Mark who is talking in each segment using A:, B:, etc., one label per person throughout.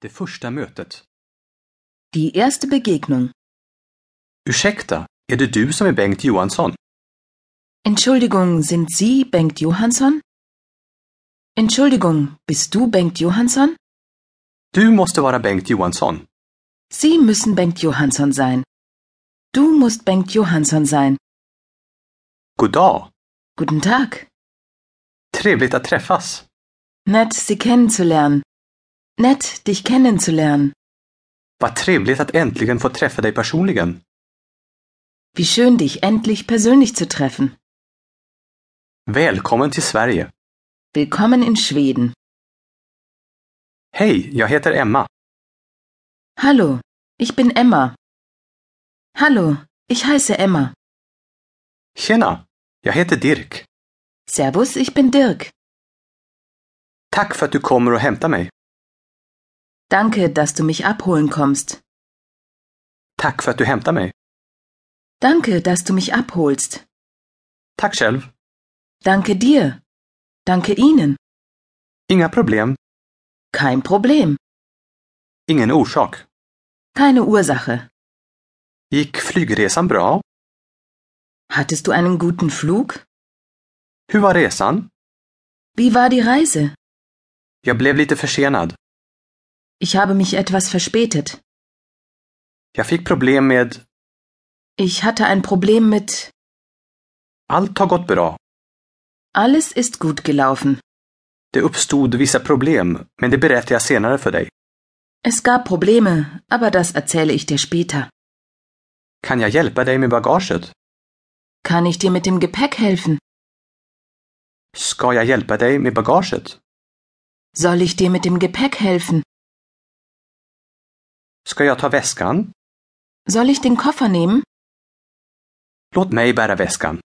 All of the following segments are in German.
A: Det första mötet.
B: Die erste Begegnung.
A: Ursäkta, är det du som är Bengt Johansson?
B: Entschuldigung, sind Sie Bengt Johansson? Entschuldigung, bist du Bengt Johansson?
A: Du måste vara Bengt Johansson.
B: Sie müssen Bengt Johansson sein. Du musst Bengt Johansson sein.
A: God dag!
B: Guten Tag.
A: Trevligt att träffas.
B: Nett, Sie kennenzulernen. Nett, dich kennenzulernen.
A: Vad trevligt att äntligen få träffa dig personligen.
B: Wie schön, dich endlich persönlich zu treffen.
A: Välkommen till Sverige.
B: Willkommen in Schweden.
A: Hej, jag heter Emma.
B: Hallo, ich bin Emma. Hallo, ich heiße Emma.
A: Tjena! Jag heter Dirk.
B: Servus, ich bin Dirk.
A: Tack för att du kommer och hämtar mig.
B: Danke, dass du mich abholen kommst.
A: Tack för att du hämtar mig.
B: Danke, dass du mich abholst.
A: Tack själv.
B: Danke dir. Danke Ihnen.
A: Inga problem.
B: Kein Problem.
A: Ingen orsak.
B: Keine Ursache.
A: Gick flygresan bra?
B: Hattest du einen guten Flug?
A: Hur var resan?
B: Wie war die Reise?
A: Jag blev lite försenad.
B: Ich habe mich etwas verspätet.
A: Jag fick problem med...
B: Ich hatte ein Problem mit
A: Allt har gått bra.
B: Alles ist gut gelaufen.
A: Det uppstod vissa problem, men det berättar jag senare för dig.
B: Es gab Probleme, aber das erzähle ich dir später.
A: Kan jag hjälpa dig med bagaget?
B: Kann ich dir mit dem Gepäck helfen?
A: Ska jag hjälpa dig med bagaget?
B: Soll ich dir mit dem Gepäck helfen?
A: Ska jag ta väskan?
B: Soll ich den Koffer nehmen?
A: Låt mig bära väskan.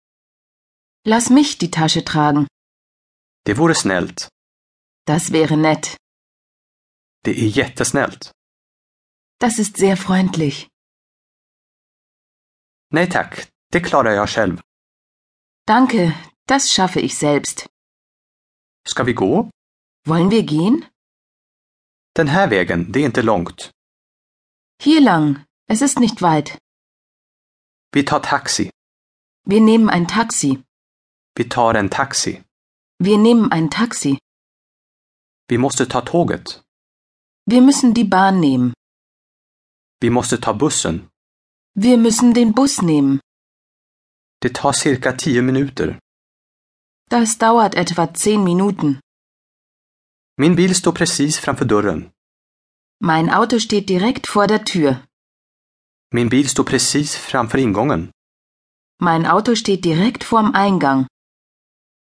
B: Lass mich die Tasche tragen.
A: Det vore snällt.
B: Das wäre nett.
A: Det är jättesnällt.
B: Das ist sehr freundlich.
A: Nej tack, det klarar jag själv.
B: Danke, das schaffe ich selbst.
A: Ska vi gå?
B: Wollen wir gehen?
A: Den här vägen, det är inte långt.
B: Hier lang. Es ist nicht weit.
A: Vi tar taxi.
B: Wir nehmen ein Taxi.
A: Vi tar en taxi.
B: Wir nehmen ein Taxi.
A: Vi måste ta tåget.
B: Wir müssen die Bahn nehmen.
A: Vi måste ta bussen.
B: Wir müssen den Bus nehmen.
A: Det tar cirka tio minuter.
B: Das dauert etwa zehn Minuten.
A: Min bil står precis framför dörren.
B: Mein Auto steht direkt vor der Tür.
A: Min bil står precis framför ingången.
B: Mein Auto steht direkt vorm Eingang.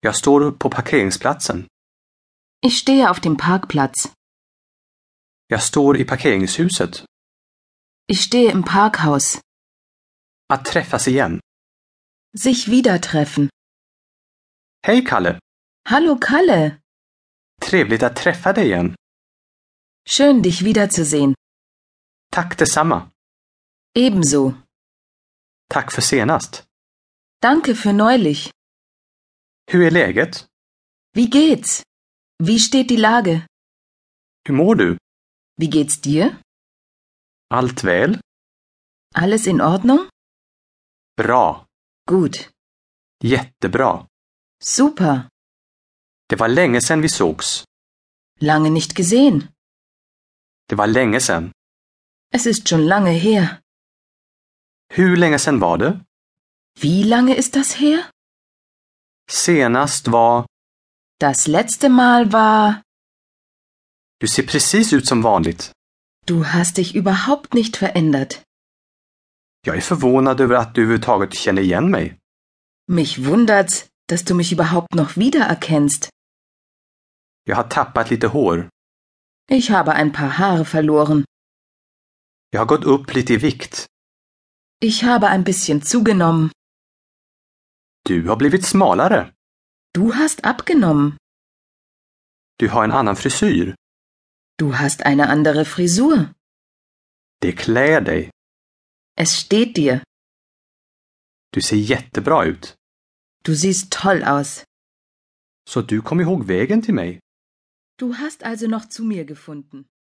A: Jag står på parkeringsplatsen.
B: Ich stehe auf dem Parkplatz.
A: Jag står i parkeringshuset.
B: Ich stehe im Parkhaus.
A: Att träffas igen.
B: Sich wieder treffen.
A: Hej Kalle!
B: Hallo Kalle.
A: Trevligt att träffa dig igen.
B: Schön, dich wiederzusehen.
A: Tack detsamma.
B: Ebenso.
A: Tack för senast.
B: Danke für neulich.
A: Hur är läget?
B: Wie geht's? Wie steht die Lage?
A: Hur mår du?
B: Wie geht's dir?
A: Allt väl?
B: Alles in Ordnung?
A: Bra.
B: Gut.
A: Jättebra.
B: Super.
A: Det var länge sedan vi sågs.
B: Lange nicht gesehen.
A: Det var länge sedan.
B: Es ist schon lange her.
A: Hur länge sedan var det?
B: Wie lange ist das her?
A: Senast var...
B: Das letzte Mal war.
A: Du ser precis ut som vanligt.
B: Du hast dich überhaupt nicht verändert.
A: Jag är förvånad över att du överhuvudtaget känner igen mig.
B: Mich wundert's, dass du mich überhaupt noch wiedererkennst.
A: Jag har tappat lite hår.
B: Ich habe ein paar Haare verloren.
A: Jag har gått upp lite i vikt.
B: Ich habe ein bisschen zugenommen.
A: Du har blivit smalare.
B: Du hast abgenommen.
A: Du har en annan frisyr.
B: Du hast eine andere Frisur.
A: Det klär dig.
B: Es steht dir.
A: Du ser jättebra ut.
B: Du siehst toll aus.
A: Så du kom ihåg vägen till mig.
B: Du hast also noch zu mir gefunden.